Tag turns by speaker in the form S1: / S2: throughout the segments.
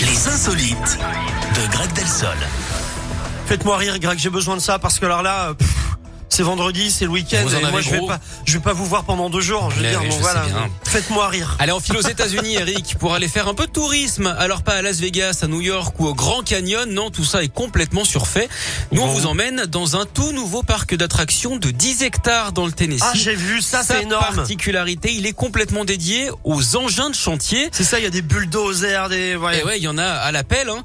S1: Les insolites de Greg Delsol.
S2: Faites-moi rire, Greg, j'ai besoin de ça parce que alors là, euh, pff, c'est vendredi, c'est le week-end.
S3: Vous en
S2: et moi,
S3: avez
S2: je vais
S3: gros.
S2: pas, je vais pas vous voir pendant deux jours. Je veux
S3: Mais
S2: dire,
S3: oui,
S2: bon,
S3: je
S2: voilà.
S3: sais bien.
S2: Faites-moi rire.
S3: Allez, on file aux États-Unis, Eric, pour aller faire un peu de tourisme. Alors pas à Las Vegas, à New York ou au Grand Canyon. Non, tout ça est complètement surfait. Nous, on
S2: Bon.
S3: vous emmène dans un tout nouveau parc d'attractions de 10 hectares dans le Tennessee.
S2: Ah, j'ai vu ça,
S3: Sa
S2: c'est énorme.
S3: particularité, il est complètement dédié aux engins de chantier.
S2: C'est ça, il y a des bulldozers, des. ouais.
S3: Et Eh ouais, il y en a à l'appel. Hein.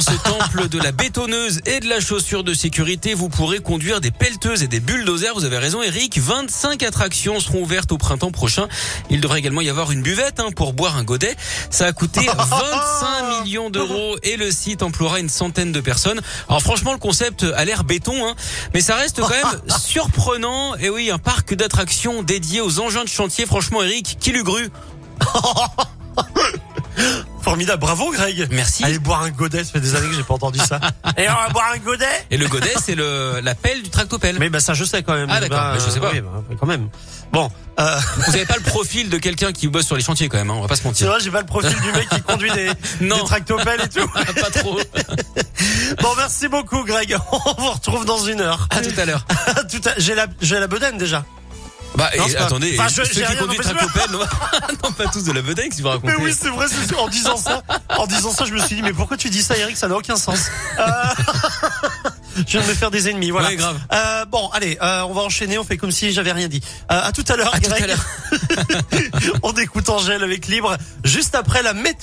S3: ce temple de la bétonneuse et de la chaussure de sécurité, vous pourrez conduire des pelleteuses et des bulldozers. Vous avez raison, Eric. 25 attractions seront ouvertes au printemps prochain. Il devrait également y avoir une buvette hein, pour boire un godet. Ça a coûté 25 millions d'euros et le site emploiera une centaine de personnes. Alors franchement, le concept a l'air béton, hein, mais ça reste quand même surprenant. Et oui, un parc d'attractions dédié aux engins de chantier. Franchement, Eric, qui l'eût cru
S2: Formidable, bravo, Greg.
S3: Merci.
S2: Allez boire un godet, ça fait des années que j'ai pas entendu ça. Et on va boire un godet
S3: Et le godet, c'est le la pelle du tractopelle.
S2: Mais bah ça, je sais quand même.
S3: Ah, d'accord,
S2: Bah,
S3: mais je sais pas.
S2: oui, bah, quand même. Bon, euh,
S3: Vous avez pas le profil de quelqu'un qui bosse sur les chantiers quand même, hein, on va pas se
S2: c'est
S3: mentir.
S2: vrai, j'ai pas le profil du mec qui conduit des,
S3: Non.
S2: des tractopelles et tout.
S3: Ah, pas trop.
S2: Bon, merci beaucoup, Greg. On vous retrouve dans une heure.
S3: À tout à l'heure.
S2: Tout à- J'ai la, j'ai la bedaine déjà.
S3: Bah
S2: Non,
S3: et
S2: c'est pas-
S3: attendez,
S2: Enfin, je-
S3: ceux
S2: j'ai
S3: qui
S2: rien
S3: conduisent
S2: empêché.
S3: tractopelle, non, non, pas tous de la bedaine, si vous racontez.
S2: Mais oui, c'est vrai. c'est sûr. En disant ça, en disant ça, je me suis dit, mais pourquoi tu dis ça, Eric Ça n'a aucun sens. Euh, je viens de me faire des ennemis. Voilà.
S3: Ouais, grave.
S2: Euh, bon, allez, euh, on va enchaîner. On fait comme si j'avais rien dit. Euh, à tout à l'heure,
S3: À tout à
S2: Greg. on écoute Angèle avec Libre juste après la météo.